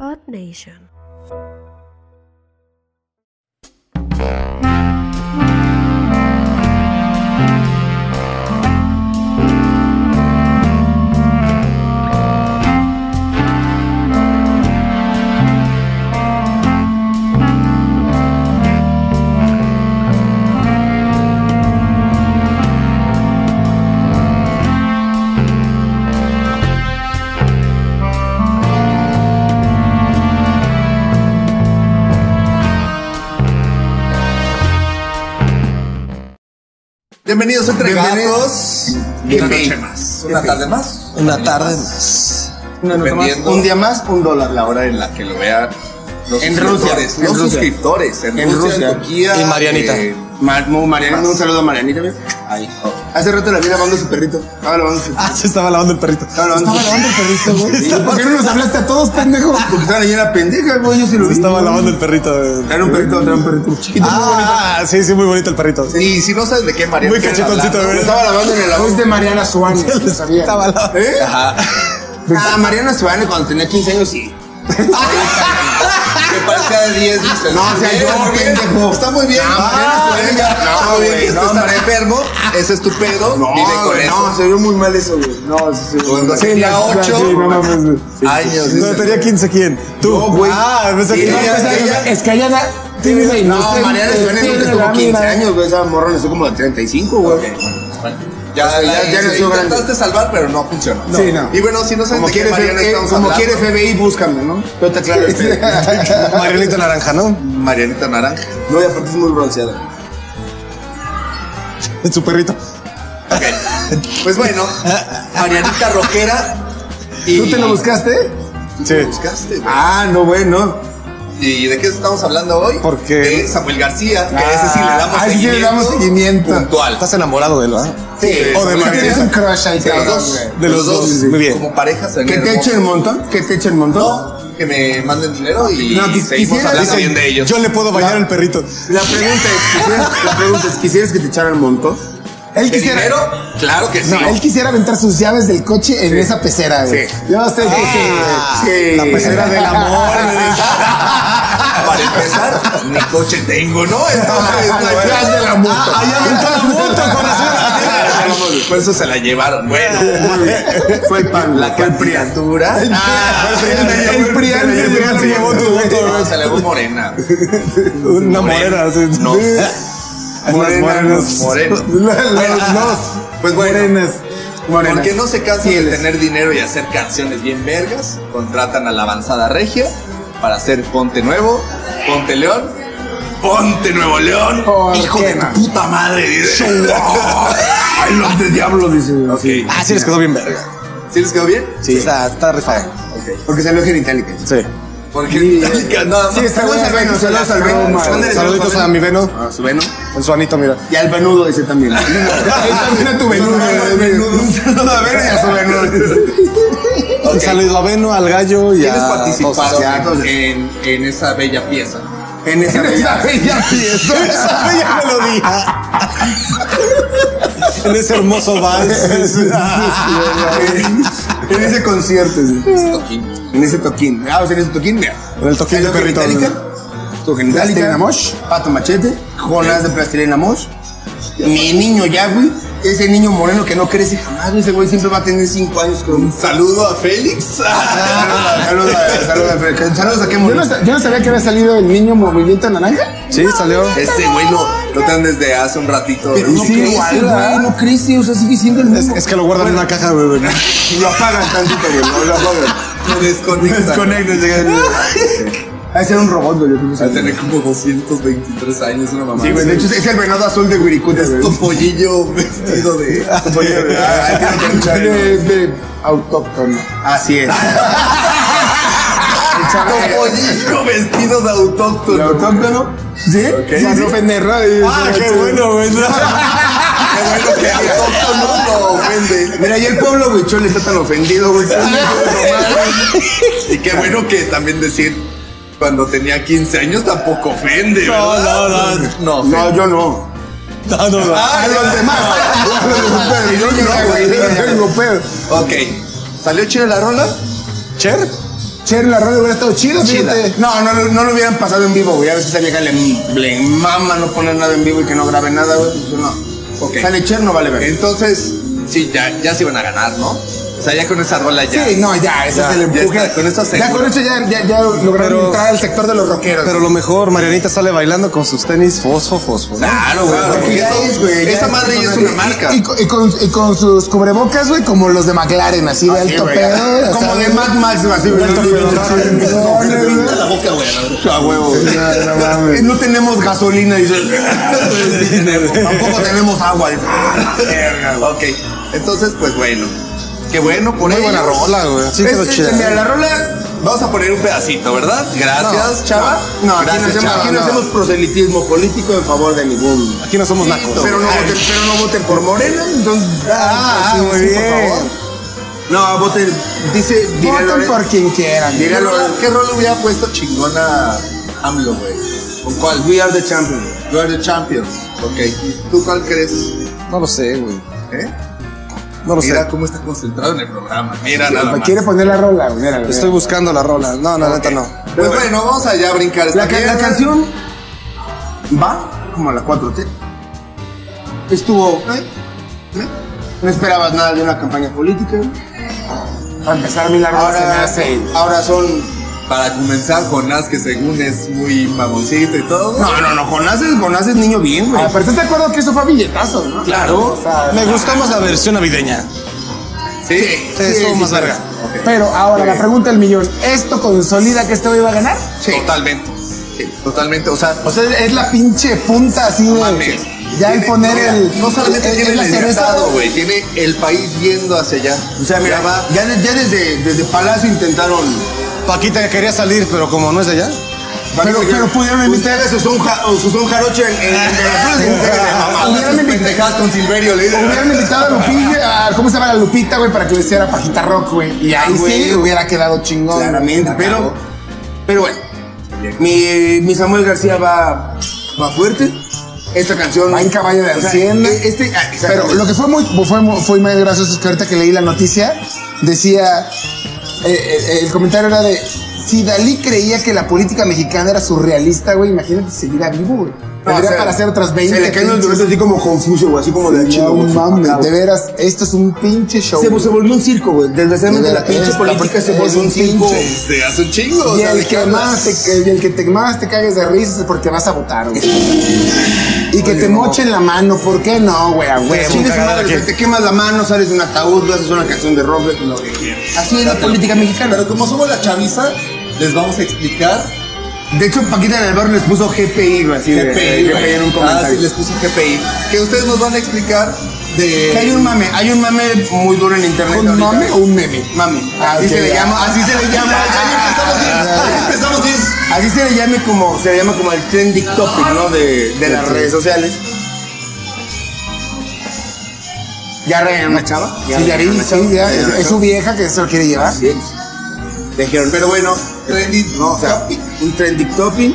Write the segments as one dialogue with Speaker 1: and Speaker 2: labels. Speaker 1: Earth Nation.
Speaker 2: Bienvenidos a Entre Gatos.
Speaker 3: Una
Speaker 2: Jefe.
Speaker 3: noche más. Una
Speaker 2: Jefe.
Speaker 3: tarde más.
Speaker 4: Una
Speaker 3: día
Speaker 4: tarde
Speaker 3: más.
Speaker 4: más. Una noche más.
Speaker 3: Dependiendo
Speaker 2: Un día más, un dólar la
Speaker 3: la
Speaker 2: hora.
Speaker 3: hora en la que lo vean. Los
Speaker 2: En
Speaker 3: suscriptores,
Speaker 2: Rusia,
Speaker 3: los
Speaker 2: en Rusia.
Speaker 3: suscriptores. En,
Speaker 2: En
Speaker 3: Rusia,
Speaker 2: Rusia.
Speaker 3: en Turquía.
Speaker 4: Y Marianita.
Speaker 3: en-
Speaker 2: Mar- Mu- Mariana, un saludo a Marianita. ¿ves?
Speaker 3: ahí.
Speaker 2: Hace rato la vi lavando su perrito. Estaba lavando su
Speaker 4: Ah, se estaba lavando el perrito.
Speaker 2: Estaba lavando su-
Speaker 4: el perrito,
Speaker 2: Sí,
Speaker 4: güey.
Speaker 2: ¿Por qué no nos hablaste a todos, pendejo? Porque estaban ahí en la pendeja, güey. Yo sí lo
Speaker 4: Se
Speaker 2: vi.
Speaker 4: estaba lavando el perrito, güey.
Speaker 2: Traer un perrito, traer un perrito chiquito.
Speaker 4: Ah, sí, sí, muy bonito el perrito.
Speaker 3: Y si no sabes de qué Mariana.
Speaker 4: Muy cachetoncito,
Speaker 2: Lo
Speaker 4: güey.
Speaker 2: estaba lavando en el voz de Mariana Suárez.
Speaker 4: Estaba lavando.
Speaker 2: ¿Eh? Ah, Mariana Suárez cuando tenía 15 años, sí.
Speaker 3: Me parece de 10 dices.
Speaker 2: No, o sea,
Speaker 3: Bien,
Speaker 2: yo,
Speaker 3: muy bien.
Speaker 2: pendejo.
Speaker 3: Está muy bien.
Speaker 2: No,
Speaker 3: Ah,
Speaker 2: Mariana
Speaker 3: bien,
Speaker 2: Suárez,
Speaker 3: está
Speaker 2: no,
Speaker 3: muy bien.
Speaker 2: güey,
Speaker 3: Este
Speaker 2: no,
Speaker 3: estará
Speaker 2: Mar-
Speaker 3: enfermo. Ese es tu pedo.
Speaker 2: No,
Speaker 3: Vive con
Speaker 2: güey,
Speaker 3: eso.
Speaker 2: no, se vio muy mal eso, güey. No, sí, sí.
Speaker 3: Cuando
Speaker 2: Sí,
Speaker 3: tenía
Speaker 2: la-
Speaker 3: ocho
Speaker 2: sí, no mames, güey.
Speaker 3: años.
Speaker 4: No,
Speaker 3: dices.
Speaker 4: tenía 15 quién. Tú.
Speaker 2: Yo, güey.
Speaker 4: Ah, pensé
Speaker 3: Sí,
Speaker 4: que.
Speaker 3: ella- ella-
Speaker 5: Es que allá la- tiene la
Speaker 2: No,
Speaker 5: industria.
Speaker 2: Mariana
Speaker 3: eh,
Speaker 2: Suárez
Speaker 5: tiene
Speaker 2: nunca
Speaker 5: la
Speaker 2: tuvo 15
Speaker 5: mira.
Speaker 2: años, güey. Esa morra nació como de 35, güey.
Speaker 3: Ok, bueno. Ya,
Speaker 2: O sea,
Speaker 3: la-
Speaker 2: ya- ya
Speaker 3: la-
Speaker 2: nació grande.
Speaker 3: intentaste salvar, pero no funcionó.
Speaker 2: Sí, no.
Speaker 3: Y bueno, si no saben
Speaker 2: Como
Speaker 3: de qué
Speaker 2: quiere,
Speaker 3: Mariana
Speaker 2: F-
Speaker 3: estamos
Speaker 2: como
Speaker 3: hablando.
Speaker 2: quiere FBI, búscame, ¿no? Yo te aclaro. el pedo.
Speaker 4: Marielita naranja, ¿no?
Speaker 3: Marianita Naranja.
Speaker 2: no, y aparte es muy bronceada.
Speaker 4: Es su perrito.
Speaker 3: Pues bueno, Marianita Roquera. Y,
Speaker 2: ¿Tú te lo buscaste?
Speaker 4: Sí.
Speaker 3: lo buscaste, güey.
Speaker 2: Ah, no, bueno.
Speaker 3: ¿Y de qué estamos hablando hoy?
Speaker 4: ¿Por qué?
Speaker 3: De Samuel García, que a ese sí le damos
Speaker 2: Ah, ese sí
Speaker 3: seguimiento.
Speaker 2: le damos seguimiento.
Speaker 3: Puntual.
Speaker 4: Estás enamorado de él, ¿verdad? O de
Speaker 3: Samuel García.
Speaker 2: Tienes
Speaker 4: Marielita.
Speaker 2: un crush ahí,
Speaker 3: De los
Speaker 2: cabrón,
Speaker 3: dos.
Speaker 2: güey.
Speaker 4: De los dos, muy bien.
Speaker 3: Como parejas.
Speaker 2: ¿Que te echen montón? ¿Que te echen montón?
Speaker 3: No, que me manden dinero y
Speaker 2: No, quis-
Speaker 3: seguimos
Speaker 2: quisiera-
Speaker 3: hablando
Speaker 2: dice,
Speaker 3: bien de ellos.
Speaker 4: Yo le puedo bañar
Speaker 2: Claro.
Speaker 4: el perrito.
Speaker 2: La pregunta es, ¿quisieras, la pregunta es, ¿quisieras que te echaran montón?
Speaker 5: Él
Speaker 3: ¿De
Speaker 5: quisiera.
Speaker 3: dinero? Claro que sí.
Speaker 5: No, él quisiera aventar sus llaves del coche en esa pecera, güey.
Speaker 2: Sí.
Speaker 5: Yo sé que
Speaker 4: Ah,
Speaker 5: sí.
Speaker 2: sí.
Speaker 4: La pecera del amor.
Speaker 3: Para empezar, ni coche tengo, ¿no? Entonces,
Speaker 2: Ah,
Speaker 3: no,
Speaker 2: ya
Speaker 3: era-
Speaker 2: de la moto.
Speaker 4: Ahí aventó la moto, con razón.
Speaker 3: Por eso se la llevaron. Bueno,
Speaker 2: Fue el pan,
Speaker 3: la
Speaker 2: fue el PRIAN.
Speaker 3: candidatura. Ah,
Speaker 4: El Prián se llevó- se llevó tu voto,
Speaker 3: no,
Speaker 4: güey.
Speaker 3: se la llevó morena.
Speaker 4: Una morena. sí.
Speaker 3: No.
Speaker 4: Unas morenas.
Speaker 3: Moreno.
Speaker 2: ah,
Speaker 3: Pues bueno.
Speaker 2: Morenas. Morenas.
Speaker 3: Porque no se cansan de tener dinero y hacer canciones bien vergas, contratan a la avanzada regia para hacer Ponte Nuevo, Ponte León, Ponte Nuevo León,
Speaker 2: ¿Por
Speaker 3: hijo
Speaker 2: qué
Speaker 3: de
Speaker 2: no?
Speaker 3: tu puta madre. dice.
Speaker 2: Ay, los de diablo, dice.
Speaker 3: Ok.
Speaker 4: Ah, sí, les quedó bien verga.
Speaker 3: ¿Sí les quedó bien?
Speaker 4: Sí, está, está rifada.
Speaker 2: Porque salió genitálica.
Speaker 4: Sí.
Speaker 3: Porque
Speaker 2: Sí.
Speaker 3: Metallica, nada más.
Speaker 2: Sí, está
Speaker 3: Saludos
Speaker 2: bueno,
Speaker 3: al
Speaker 2: bueno,
Speaker 3: Veno,
Speaker 2: saludos al Veno.
Speaker 3: Roma.
Speaker 2: Mándale
Speaker 4: Saluditos a mi Veno.
Speaker 2: A su veno.
Speaker 4: El suanito, mira.
Speaker 2: Y al venudo, dice también. Ahí también a tu venudo.
Speaker 3: al venudo.
Speaker 2: Un saludo a Veno y a su venudo.
Speaker 4: Un saludo a Veno, al gallo y
Speaker 3: ¿Quiénes
Speaker 4: a
Speaker 3: participaron
Speaker 4: todos. Ya, todos.
Speaker 3: en, en esa bella pieza?
Speaker 2: pues, En esa bella
Speaker 4: Esa bella melodía. en ese hermoso vals.
Speaker 2: En ese concierto, sí.
Speaker 3: Toquín.
Speaker 2: En ese toquín. Ah, o sea, en ese toquín, mira.
Speaker 4: En el toquín
Speaker 2: Salió
Speaker 4: de perrito.
Speaker 2: Genitalica, Tu
Speaker 4: Plastilina
Speaker 2: genitalica.
Speaker 4: Mosh.
Speaker 2: Pato Machete. Jonás de Plastilina Mosh. Mi niño ya, güey. Ese niño moreno que no crece jamás, güey. Ese güey siempre va a tener 5 años con...
Speaker 3: Saludo a Félix.
Speaker 2: Saludos, saludos, saludos, saludos a qué
Speaker 5: Yo no,
Speaker 2: moreno.
Speaker 5: sa- yo no sabía que había salido el niño movimiento naranja.
Speaker 4: Sí, salió.
Speaker 3: Ese güey lo, lo traen desde hace un ratito.
Speaker 2: Pero no
Speaker 3: Sí,
Speaker 2: crece,
Speaker 4: ¿verdad?
Speaker 2: güey, no crece, o sea, sigue siendo el
Speaker 4: Es,
Speaker 2: mismo.
Speaker 4: es que lo guardan en una caja, güey. güey.
Speaker 2: Lo apagan tantito, güey, lo, lo apagan.
Speaker 3: Lo desconectan.
Speaker 2: Ha de ser un robot, güey, yo creo que
Speaker 3: Va a
Speaker 2: sí.
Speaker 3: tener como 223 años una mamá.
Speaker 2: Sí, güey, de hecho es el venado azul de Wirikuta, güey.
Speaker 3: tu pollillo vestido de.
Speaker 2: Ah, tiene que luchar, güey.
Speaker 5: Es de autóctono.
Speaker 2: Así es.
Speaker 3: Tu pollillo vestido de autóctono.
Speaker 2: autóctono? ¿Sí?
Speaker 3: Ok.
Speaker 2: Sí, sí.
Speaker 5: No ofender, ¿no?
Speaker 4: Ah, qué bueno, güey.
Speaker 3: Qué bueno que autóctono lo ofende.
Speaker 2: Mira, y el pueblo huichol está tan ofendido, güey.
Speaker 3: Y qué bueno que también decir cuando tenía 15 años tampoco ofende,
Speaker 4: No,
Speaker 3: ¿verdad?
Speaker 4: no,
Speaker 3: No,
Speaker 4: no.
Speaker 2: No,
Speaker 3: ofende.
Speaker 2: yo no.
Speaker 4: No, no, no.
Speaker 3: Ah,
Speaker 2: A los demás. A los demás, pero yo no, güey. Yo no tengo pedo.
Speaker 3: Ok. ¿Salió chido la rola?
Speaker 4: ¿Cher?
Speaker 2: Cher, la radio hubiera estado chido,
Speaker 6: Chida.
Speaker 2: fíjate.
Speaker 3: No, no, lo- no lo hubieran pasado en vivo, güey. A veces esa vieja le, le mama no poner nada en vivo y que no grabe nada, güey. Pues no.
Speaker 6: Ok.
Speaker 3: Sale Cher, no vale ver.
Speaker 6: Entonces, sí, ya, ya se iban a ganar, ¿no? O sea, ya con esa rola ya.
Speaker 2: Sí, no, ya, ese
Speaker 6: Ya,
Speaker 2: es el
Speaker 6: ya
Speaker 2: empuje.
Speaker 6: está, con eso
Speaker 2: ya
Speaker 6: seguro.
Speaker 2: con eso ya, ya, ya lograron
Speaker 4: Pero-
Speaker 2: entrar al sector de los rockeros.
Speaker 4: Pero lo mejor, Marianita sale bailando con sus tenis fosfo, fosfo. ¿no?
Speaker 6: Claro, güey.
Speaker 3: Claro,
Speaker 6: porque
Speaker 3: ya
Speaker 6: eso-
Speaker 3: es, güey, ya
Speaker 6: Esa
Speaker 3: es
Speaker 6: madre ya es una marca.
Speaker 2: Y, con- y con, y con sus cubrebocas, güey, como los de McLaren, así de
Speaker 3: Así,
Speaker 2: alto
Speaker 3: güey,
Speaker 2: pedo. ya
Speaker 3: Como
Speaker 2: sabes.
Speaker 3: de Mad Max, así, güey.
Speaker 2: Alto pedo, no, no, no.
Speaker 3: la boca, güey. A huevo.
Speaker 2: No, no mames.
Speaker 3: No tenemos gasolina, dice. Tampoco tenemos agua. dice. Verga, güey.
Speaker 6: Ok, entonces, pues bueno. Qué bueno, por
Speaker 4: Muy
Speaker 6: ellos.
Speaker 4: buena rola, güey. Sí, pero
Speaker 3: Es- es-
Speaker 4: chida.
Speaker 3: Este, mira, la rola.
Speaker 6: Vamos a poner un pedacito, ¿verdad? Gracias, chava.
Speaker 3: No, aquí no
Speaker 6: Gracias,
Speaker 3: hacemos-
Speaker 6: chava.
Speaker 3: aquí no
Speaker 6: no.
Speaker 3: hacemos proselitismo político en favor de ningún.
Speaker 4: Aquí no somos nacos.
Speaker 3: Pero no, voten, pero no voten por Morena, entonces.
Speaker 2: Ah, ah,
Speaker 3: sí,
Speaker 2: muy
Speaker 3: sí, por
Speaker 2: bien.
Speaker 3: favor. No, voten. Dice. diría
Speaker 2: Voten
Speaker 3: Lore-
Speaker 2: por quien quieran.
Speaker 3: diría
Speaker 6: ¿Qué
Speaker 3: Lore-
Speaker 6: rol, ¿Qué rol hubiera puesto chingona AMLO, güey? ¿Con cuál?
Speaker 3: We are the champions.
Speaker 6: You are the champions. Ok. ¿Y tú cuál crees?
Speaker 4: No lo sé, güey.
Speaker 6: ¿Eh?
Speaker 4: No lo sé.
Speaker 6: Mira cómo está concentrado en el programa. Mira nada
Speaker 2: Me
Speaker 6: más.
Speaker 2: quiere poner la rola, güey. míralo,
Speaker 4: Estoy
Speaker 2: míralo.
Speaker 4: buscando la rola. No, no, neta no.
Speaker 6: Pues bueno, vamos allá a brincar esta
Speaker 3: La, ca- la
Speaker 6: mierda.
Speaker 3: canción va como a la 4T. Estuvo. ¿eh? ¿eh? No esperabas nada de una campaña política.
Speaker 2: Para empezar, a mí la rola se me
Speaker 3: Ahora,
Speaker 2: hace.
Speaker 3: ahora son.
Speaker 6: Para comenzar, Jonás, que según es muy mamoncito y todo.
Speaker 3: No, no, no, Jonás es, Jonás es niño bien, güey.
Speaker 2: Ah, pero ¿estás de acuerdo que eso fue a billetazos, no?
Speaker 3: Claro.
Speaker 2: O sea,
Speaker 4: Me gustó más la versión navideña.
Speaker 6: Sí.
Speaker 4: Sí, estuvo más verga.
Speaker 2: Pero ahora la pregunta del millón: ¿esto consolida que este güey va a ganar?
Speaker 6: Totalmente. Sí, totalmente. O sea,
Speaker 2: O sea, es la pinche punta así de.
Speaker 6: mames.
Speaker 2: Ya
Speaker 6: Tiene-
Speaker 2: el poner
Speaker 6: mira,
Speaker 2: el.
Speaker 6: No solamente
Speaker 2: el-
Speaker 6: tiene
Speaker 2: el-
Speaker 6: el,
Speaker 2: la cereza.
Speaker 6: estado, güey. Tiene el país viendo hacia allá.
Speaker 3: O sea, mira,
Speaker 6: Ya va.
Speaker 3: ya, de- ya desde, desde Palacio intentaron.
Speaker 4: Paquita quería salir, pero como no es de allá.
Speaker 2: Pero- pero pudieron imitar-
Speaker 3: Ustedes, Susón, Ja- o Susón Jarocho en, en, en Veracruz.
Speaker 2: Hubieran
Speaker 3: Hubieran
Speaker 2: invitado-
Speaker 3: pendejadas con Silverio, le dicen.
Speaker 2: Hubieran invitado a
Speaker 3: Ah,
Speaker 2: Lupilla, a- ¿cómo se llama la Lupita, güey? Para que le hiciera pajita rock, güey. Y ahí
Speaker 3: güey.
Speaker 2: sí hubiera quedado chingón.
Speaker 3: Claramente,
Speaker 2: La
Speaker 3: pero,
Speaker 2: cagó.
Speaker 3: pero bueno. Mi, mi Samuel García va, va fuerte. Esta canción.
Speaker 2: Va en caballo de
Speaker 3: o sea,
Speaker 2: hacienda.
Speaker 3: este, ah,
Speaker 2: Pero
Speaker 3: exactamente.
Speaker 2: lo que fue muy, fue, muy- fue muy gracioso es que ahorita que leí la noticia, decía, eh, eh, el comentario era de, si Dalí creía que la política mexicana era surrealista, güey, imagínate si seguirá vivo, güey.
Speaker 3: No, o
Speaker 2: Tendría
Speaker 3: sea,
Speaker 2: para hacer otras 20.
Speaker 3: Se le caen los
Speaker 2: pinches-
Speaker 3: libretos así como confuso, güey, así como de
Speaker 2: No
Speaker 3: chido. güey,
Speaker 2: mames,
Speaker 3: acá, güey.
Speaker 2: de veras, esto es un pinche show.
Speaker 3: Se,
Speaker 2: güey.
Speaker 3: se volvió un circo, güey. Desgraciadamente
Speaker 2: De
Speaker 3: la
Speaker 2: verdad,
Speaker 3: pinche
Speaker 2: es-
Speaker 3: política se
Speaker 2: es
Speaker 3: volvió
Speaker 2: un
Speaker 3: un circo.
Speaker 2: pinche-
Speaker 6: Desde hace un chingo. o
Speaker 2: Y
Speaker 6: sea, ¿de
Speaker 2: el,
Speaker 6: qué
Speaker 2: que
Speaker 6: hablas?
Speaker 2: más te, y el que te más te cagues de risas es porque vas a votar, güey. Y que te mochen la mano, ¿por qué no, güey? A huevo.
Speaker 3: Chingue su
Speaker 4: cagadero
Speaker 3: madre,
Speaker 4: que-
Speaker 3: güey, te quemas la mano, sales de un ataúd, haces una canción de rock, güey, lo que quieras. Así es la política mexicana.
Speaker 6: Pero como somos la chaviza, les vamos a explicar
Speaker 3: De hecho, Paquita en el barrio les puso GPI, güey, así de-
Speaker 6: GPI, güey.
Speaker 3: en un
Speaker 6: Ah, sí,
Speaker 3: comentario.
Speaker 6: les puse GPI. Que ustedes nos van a explicar de...
Speaker 3: Que hay un mame, hay un mame muy duro en internet.
Speaker 2: ¿Un
Speaker 3: ahorita.
Speaker 2: mame o un meme?
Speaker 3: Mame.
Speaker 2: Ah,
Speaker 3: así
Speaker 2: ok,
Speaker 3: se le
Speaker 2: ya.
Speaker 3: llama, así se le llama.
Speaker 6: Ya empezamos bien.
Speaker 3: Así se le llame como, se le llama como el trending topic, ¿no? De, de las redes sociales. Ya regañaron a una chava.
Speaker 2: Sí, ya vi,
Speaker 3: regañaron a una chava,
Speaker 2: sí, ya.
Speaker 3: regañaron a
Speaker 2: Es,
Speaker 3: una
Speaker 2: es su
Speaker 3: chava.
Speaker 2: vieja que se lo quiere llevar.
Speaker 3: Así es. Le Dijeron, pero bueno,
Speaker 6: Trending,
Speaker 3: no, o sea, un trending topic.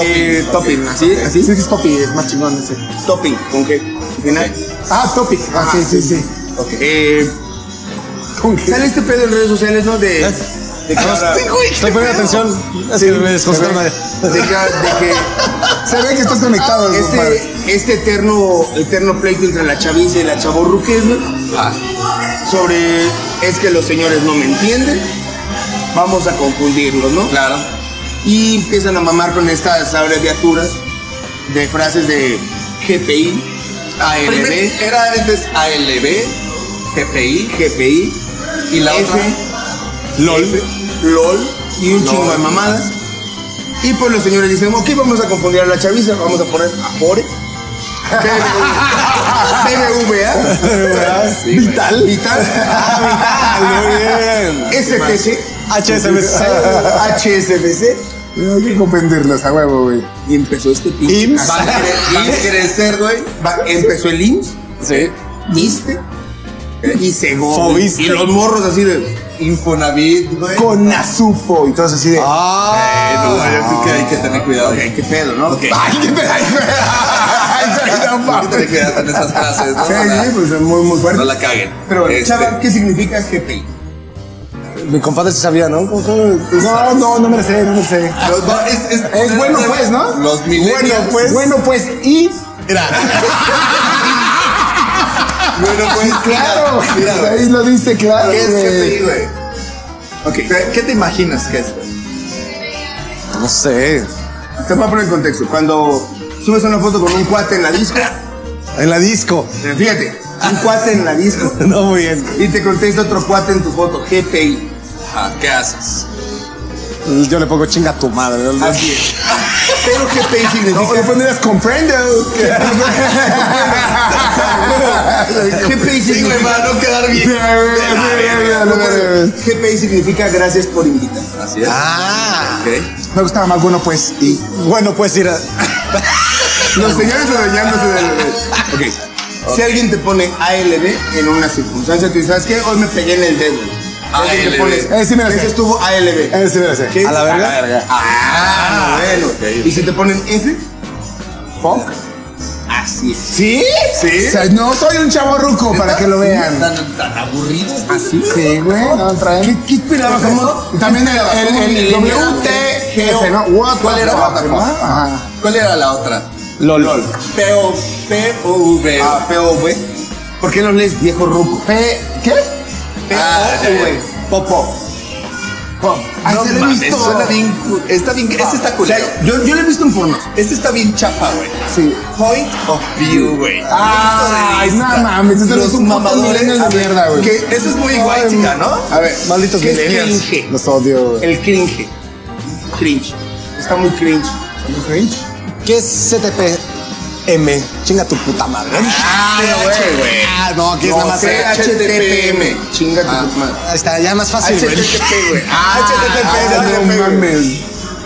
Speaker 3: Eh, topping, así,
Speaker 2: Sí,
Speaker 3: así,
Speaker 2: es que es Topic, es más chingón ese.
Speaker 3: topping, con G, al final.
Speaker 2: Ah, Topic. Ah, sí, sí, sí.
Speaker 3: Eh,
Speaker 2: ¿Con qué?
Speaker 3: sale este pedo en redes sociales, ¿no? De, de que este ahora-
Speaker 4: Estoy poniendo atención. Es que me desconcentré.
Speaker 3: de que, de
Speaker 2: Se ve que estás conectado,
Speaker 3: que
Speaker 2: compadre.
Speaker 3: este, este eterno, eterno pleito entre la chaviza y la chavorruquez, güey, sobre es que los señores no me entienden, vamos a confundirlos, ¿no?
Speaker 6: Claro.
Speaker 3: Y empiezan a mamar con estas abreviaturas de frases de GPI,
Speaker 6: Primero,
Speaker 3: ALB,
Speaker 6: Era antes ALB, GPI
Speaker 3: GPI,
Speaker 6: y la
Speaker 3: F,
Speaker 6: otra...
Speaker 4: LOL.
Speaker 3: LOL y un chingo de mamadas. Y pues los señores dicen, ok, vamos a confundir a la chaviza, vamos a poner Afore, BBVA, Vital, Vital,
Speaker 4: Ah, Muy bien.
Speaker 3: STC,
Speaker 4: HSBC.
Speaker 3: HSBC.
Speaker 2: Hay que comprenderlas a huevo, güey.
Speaker 3: Y empezó este pinche.
Speaker 4: IMSS.
Speaker 6: Va a cre- va a crecer, güey.
Speaker 3: Va- empezó el IMSS,
Speaker 4: Sí.
Speaker 3: NISTE y Segov.
Speaker 4: Fobiste.
Speaker 3: Y los morros así de.
Speaker 6: Infonavit, güey.
Speaker 2: Con Azupo y todo eso así de.
Speaker 6: Eh,
Speaker 4: Ah.
Speaker 6: no, yo creo que hay que tener cuidado.
Speaker 3: Ok, qué pedo, ¿no?
Speaker 6: Ok.
Speaker 2: Ay, qué pedazo. Ay, no
Speaker 6: Hay que
Speaker 2: mames.
Speaker 6: tener cuidado con esas frases,
Speaker 2: Ah,
Speaker 6: ¿no?
Speaker 3: Sí,
Speaker 6: Para-
Speaker 3: sí, pues, muy, muy fuerte.
Speaker 6: No la caguen.
Speaker 3: Pero,
Speaker 6: Este,
Speaker 3: chava, ¿qué significa GPI?
Speaker 4: eh, mi compadre sí sabía, ¿no? ¿Cómo fue?
Speaker 2: No, no, no me la sé, no me la sé.
Speaker 6: Los- no, es, es-
Speaker 2: Es bueno pues, ¿no?
Speaker 6: Los millennials.
Speaker 2: Bueno pues. Bueno pues y...
Speaker 6: Bueno, pues,
Speaker 2: Claro,
Speaker 6: mira, mira,
Speaker 2: ahí lo dice claro.
Speaker 6: ¿Qué es
Speaker 2: güey.
Speaker 6: GTI, güey? ¿Qué, qué te imaginas que es, güey?
Speaker 4: No sé.
Speaker 3: Te voy a poner en contexto. Cuando subes una foto con un cuate en la disco,
Speaker 4: En la disco.
Speaker 3: eh, fíjate, un cuate en la disco
Speaker 4: No, muy bien.
Speaker 3: y te contesta otro cuate en tu foto, GPI.
Speaker 6: Ah, ¿Qué haces?
Speaker 4: Yo le pongo chinga a tu madre. ¿no?
Speaker 3: Así es. Pero GPI significa.
Speaker 2: No, después no las comprendo.
Speaker 3: GPI
Speaker 6: Sí, güey,
Speaker 3: significa.
Speaker 6: para no quedar bien.
Speaker 3: GPI significa gracias por invitar.
Speaker 6: Así es.
Speaker 4: Ah.
Speaker 6: Ok.
Speaker 2: Me gustaba más bueno pues y...
Speaker 4: Bueno, pues ir a...
Speaker 3: Los señores adueñándose del. Ok. Si alguien te pone ALB en una circunstancia, tú dices, ¿sabes qué? Hoy me pegué en el dedo. Alguien te
Speaker 6: ALB.
Speaker 3: pones.
Speaker 2: Eh, sí me la sé.
Speaker 3: Ese estuvo ALB.
Speaker 2: Eh, sí me la sé.
Speaker 3: ¿Qué
Speaker 4: ¿A la
Speaker 3: es?
Speaker 4: verga?
Speaker 3: A Ah, bueno.
Speaker 6: ok.
Speaker 3: Y si te ponen F, fuck. Así es.
Speaker 2: ¿Sí?
Speaker 6: ¿Sí?
Speaker 2: O sea, no soy un chavo ruco para que lo vean.
Speaker 6: Tan, tan aburrido este.
Speaker 2: Sí, güey, no traen. ¿Qué, qué esperabas, amor? También el, el, el, WTGF, ¿no? What
Speaker 6: ¿Cuál
Speaker 2: the
Speaker 6: era?
Speaker 2: fuck,
Speaker 6: What the
Speaker 2: ¿no?
Speaker 6: fuck?
Speaker 2: Ajá.
Speaker 6: ¿Cuál era la otra?
Speaker 4: LOL.
Speaker 3: P-O, P-O-V.
Speaker 6: Ah,
Speaker 3: P-O-V. ¿Por qué no lees viejo ruco?
Speaker 2: P, ¿qué?
Speaker 6: Ah, ya,
Speaker 3: P-O-V. Popo.
Speaker 2: Pop. Ay,
Speaker 6: No
Speaker 2: se lo he
Speaker 6: mames,
Speaker 2: visto.
Speaker 6: Suena bien. cu- Está bien. Este está
Speaker 3: O sea,
Speaker 6: culero.
Speaker 3: yo, yo lo he visto en porno.
Speaker 6: Este está bien chafa, güey.
Speaker 2: Sí.
Speaker 6: Point of view, güey.
Speaker 2: Ay, no mames, este
Speaker 6: Los
Speaker 2: lo hizo un puto
Speaker 6: mamadores.
Speaker 2: milenio de mierda, güey.
Speaker 6: Que eso es muy guay, chica, ¿no?
Speaker 2: A ver, malditos
Speaker 3: ¿Qué es
Speaker 2: millennials.
Speaker 3: cringe?
Speaker 2: Los odio, güey.
Speaker 3: El cringe. Cringe. Está muy cringe.
Speaker 2: ¿El cringe?
Speaker 4: ¿Qué es CTPM? Chinga tu puta madre.
Speaker 3: Ah,
Speaker 6: güey, güey.
Speaker 4: Ah, no, aquí es
Speaker 3: No,
Speaker 4: nada más.
Speaker 3: sé, HTPM. Chinga tu puta madre.
Speaker 4: Ahí Está ya más fácil, güey.
Speaker 6: HTTP, Ah. güey.
Speaker 4: Ah,
Speaker 2: No
Speaker 4: HTTP,
Speaker 2: mames.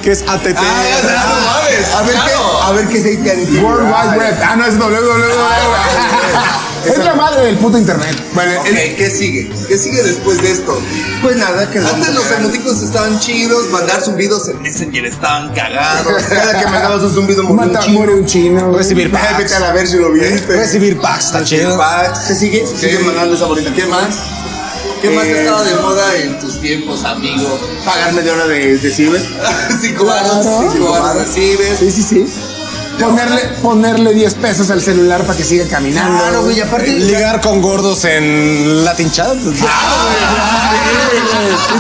Speaker 4: ¿Qué es ATT?
Speaker 6: Ah, ya, ya, no mames.
Speaker 3: A ver qué, a ver qué se te han
Speaker 2: World Wide Web. Ah, no, es
Speaker 6: Ah,
Speaker 2: Ah, www. Es la madre del puto internet.
Speaker 3: Bueno,
Speaker 6: Ok,
Speaker 3: el-
Speaker 6: ¿qué sigue? ¿Qué sigue después de esto?
Speaker 3: pues nada, que
Speaker 6: Antes los
Speaker 3: emoticos.
Speaker 6: emoticons estaban chidos, mandar zumbidos en Messenger estaban cagados.
Speaker 3: Cada que mandabas un zumbido moría un
Speaker 2: Mata,
Speaker 3: chingo.
Speaker 2: muere un chino. güey.
Speaker 4: Recibir
Speaker 3: Ah, Vete a
Speaker 4: packs.
Speaker 3: la ver si lo viste.
Speaker 4: Recibir packs, está chido.
Speaker 6: Pax.
Speaker 3: ¿Se sigue? Se sigue
Speaker 6: Sí.
Speaker 3: mandando esa bonita.
Speaker 6: ¿Qué más? ¿Qué más
Speaker 3: Eh,
Speaker 6: estaba de moda en tus tiempos, amigo?
Speaker 3: Pagar media hora de, de ciber.
Speaker 6: cinco baros, cinco baros recibes.
Speaker 2: Sí, sí, sí. Ponerle, ponerle 10 pesos al celular para que siga caminando.
Speaker 3: Claro, güey, y aparte.
Speaker 4: Eh, Ligar con gordos en Latin Chat.
Speaker 6: Y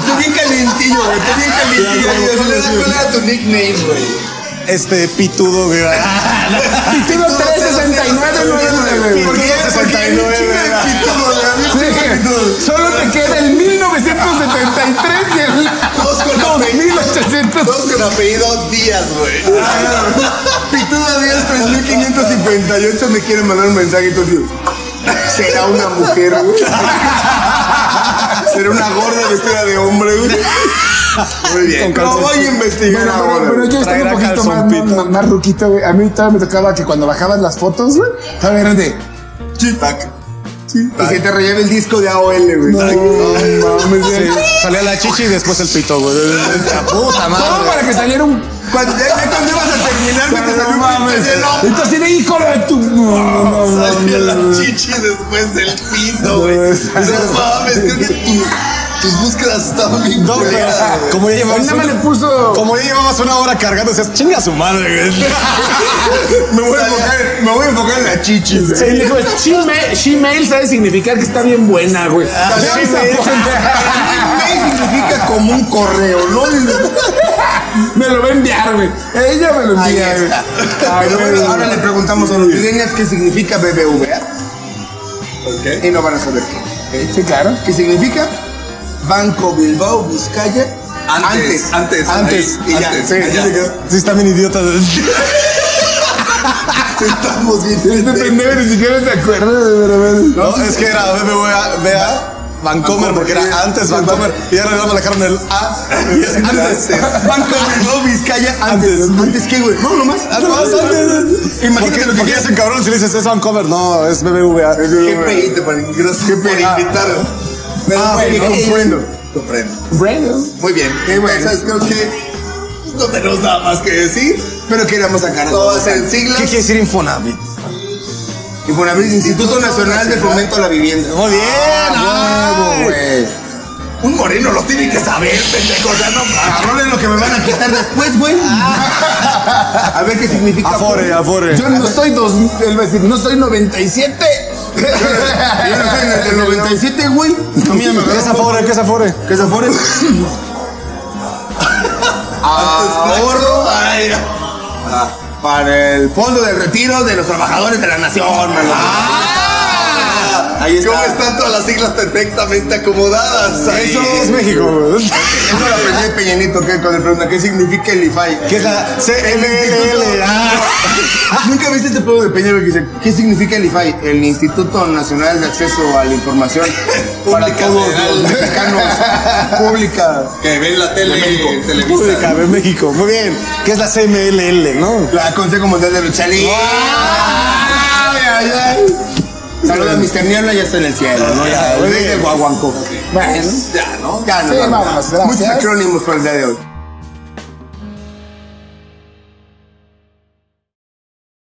Speaker 6: tú bien calentillo, güey. Tú bien calentillo. güey. ¿Cuál era- ¿Cuál era tu nickname, güey?
Speaker 4: Este pitudo, güey.
Speaker 2: Pitudo
Speaker 6: Pitudo
Speaker 2: 369,
Speaker 6: Porque
Speaker 2: güey.
Speaker 6: ya porque hay un chingo de pitudo, güey. Había un chingo de pitudo.
Speaker 2: Sí. Solo te queda el 1973 y el
Speaker 6: Todos con la pe-
Speaker 2: 2800.
Speaker 6: Todos con apellido Díaz, güey.
Speaker 3: Pituda 10, 3558 me quiere mandar un mensaje y tú dices, Será una mujer, güey. Será una gorda vestida de hombre, güey.
Speaker 6: Muy bien.
Speaker 3: Lo voy a investigar
Speaker 2: Bueno,
Speaker 3: ahora.
Speaker 2: pero, pero yo estoy un
Speaker 4: Traerá
Speaker 2: poquito más, más,
Speaker 4: calzoncito.
Speaker 2: más- más ruquito, güey. A mí todavía me tocaba que cuando bajabas las fotos, güey, todavía eran de.
Speaker 6: Tac.
Speaker 3: y se te relleva el disco de AOL, güey.
Speaker 2: No, mames, güey.
Speaker 4: Salía la chichi y después el pito, güey. La puta
Speaker 2: Todo
Speaker 4: madre.
Speaker 2: para que saliera un.
Speaker 3: Cuando ya, ya cuando ibas a terminar, güey, te salió
Speaker 2: No
Speaker 3: un
Speaker 2: mames.
Speaker 3: pinche hielo.
Speaker 2: Esto tiene hijo de tu. No, no, no,
Speaker 6: Salía
Speaker 2: no,
Speaker 6: la
Speaker 2: no.
Speaker 6: chichi después del pito, güey.
Speaker 2: No,
Speaker 6: No mames, creo que tu- tus búsquedas estaban bien
Speaker 4: No, pero
Speaker 6: culeras, güey.
Speaker 4: como ya llevabas
Speaker 2: Nada más le
Speaker 4: una,
Speaker 2: puso.
Speaker 4: como ya llevabas una hora cargando, decías, chinga su madre, güey.
Speaker 3: Me voy, a enfocar, me voy a enfocar en la chichi, güey.
Speaker 2: Sí, le dijo, "Shemale- Shemale sabe significar que está bien buena, güey.
Speaker 3: Mail significa como un correo, ¿no?
Speaker 2: Me lo va a enviar, güey. Ella me lo
Speaker 3: Ahí
Speaker 2: envía, güey.
Speaker 3: está.
Speaker 2: Ay,
Speaker 3: Pero
Speaker 2: güey.
Speaker 3: bueno, ahora le preguntamos a los millennials qué significa BBVA
Speaker 6: Ok.
Speaker 3: ¿eh? y no van a saber qué.
Speaker 2: Sí, claro.
Speaker 3: ¿Qué significa? Banco Bilbao, Vizcaya.
Speaker 6: Antes, antes,
Speaker 3: antes.
Speaker 6: ahí,
Speaker 3: y ya.
Speaker 6: antes,
Speaker 3: Así
Speaker 6: ahí ya.
Speaker 3: se quedó.
Speaker 4: Sí, está bien idiota.
Speaker 3: Estamos bien.
Speaker 2: Este pendejo ni siquiera se acuerda de ver, a ver.
Speaker 4: No, es que era BBVA, BA, Vancomer, porque
Speaker 3: sí.
Speaker 4: era antes Vancomer. Y ahora le dejaron el A. Y es antes.
Speaker 3: Banco Bilbao, Vizcaya, antes.
Speaker 4: Antes.
Speaker 3: ¿Antes qué, güey? No, nomás.
Speaker 4: Ah, no, es antes.
Speaker 3: Imagínate
Speaker 4: Porque-
Speaker 3: lo que
Speaker 4: porque es un cabrón si le dices es Vancomer, no, es BBVA.
Speaker 3: GPI te
Speaker 6: Gracias por invitar.
Speaker 3: Ah,
Speaker 6: bueno,
Speaker 3: ok, comprendo.
Speaker 6: Comprendo.
Speaker 2: Bueno.
Speaker 6: Muy bien. Entonces creo que no tenemos nada más que decir.
Speaker 3: Pero queríamos sacar a
Speaker 6: Todo va a ser en siglas.
Speaker 4: ¿Qué quiere decir Infonavit?
Speaker 3: Infonavit, Instituto Nacional de Fomento a la Vivienda.
Speaker 4: Muy bien.
Speaker 2: Ah,
Speaker 4: ay.
Speaker 2: huevo, güey.
Speaker 6: Un moreno lo tiene que saber, pendejo. O sea, no mames.
Speaker 3: Cabrón es lo que me van a quitar después, güey.
Speaker 2: Ah.
Speaker 3: A ver qué significa.
Speaker 4: Afore, afore.
Speaker 2: Yo no soy dos, el decir, no soy 97.
Speaker 3: Yo no soy del 97, güey. No, mira, me
Speaker 4: ¿Qué es
Speaker 3: agarró.
Speaker 4: afore? ¿Qué es afore?
Speaker 3: ¿Qué es Afore? Ahorro ay, ah, para el fondo del retiro de los trabajadores de la nación, mano. Ah, Ahí está.
Speaker 6: ¿Cómo Ah. están todas las siglas perfectamente acomodadas? Ahí.
Speaker 4: Eso es México. güey.
Speaker 3: Eso lo aprendí de Peña Nieto, que cuando le preguntan qué significa el IFAI.
Speaker 4: ¿Qué es la CNLLA?
Speaker 3: ¿Nunca viste este pueblo de Peña que dice, ¿qué significa el IFAI? El Instituto Nacional de Acceso a la Información para
Speaker 6: Pública
Speaker 3: todos
Speaker 6: Federal.
Speaker 3: los mexicanos. Pública.
Speaker 6: Que ven la tele en Televisa.
Speaker 4: Pública de México. Muy bien. ¿Qué es la CMLL, no?
Speaker 3: La Consejo Mundial de Lucha Libre. Ay, ay, ay. Saluda a Mr. Niebla, ya está en el cielo, ¿no? Ya,
Speaker 4: Muy
Speaker 3: desde
Speaker 4: bien.
Speaker 3: Guaguanco.
Speaker 2: Bueno,
Speaker 3: Ya, ¿no? Ya,
Speaker 2: Sí,
Speaker 3: no.
Speaker 2: vámonos, gracias.
Speaker 3: Muchos acrónimos para el día de hoy.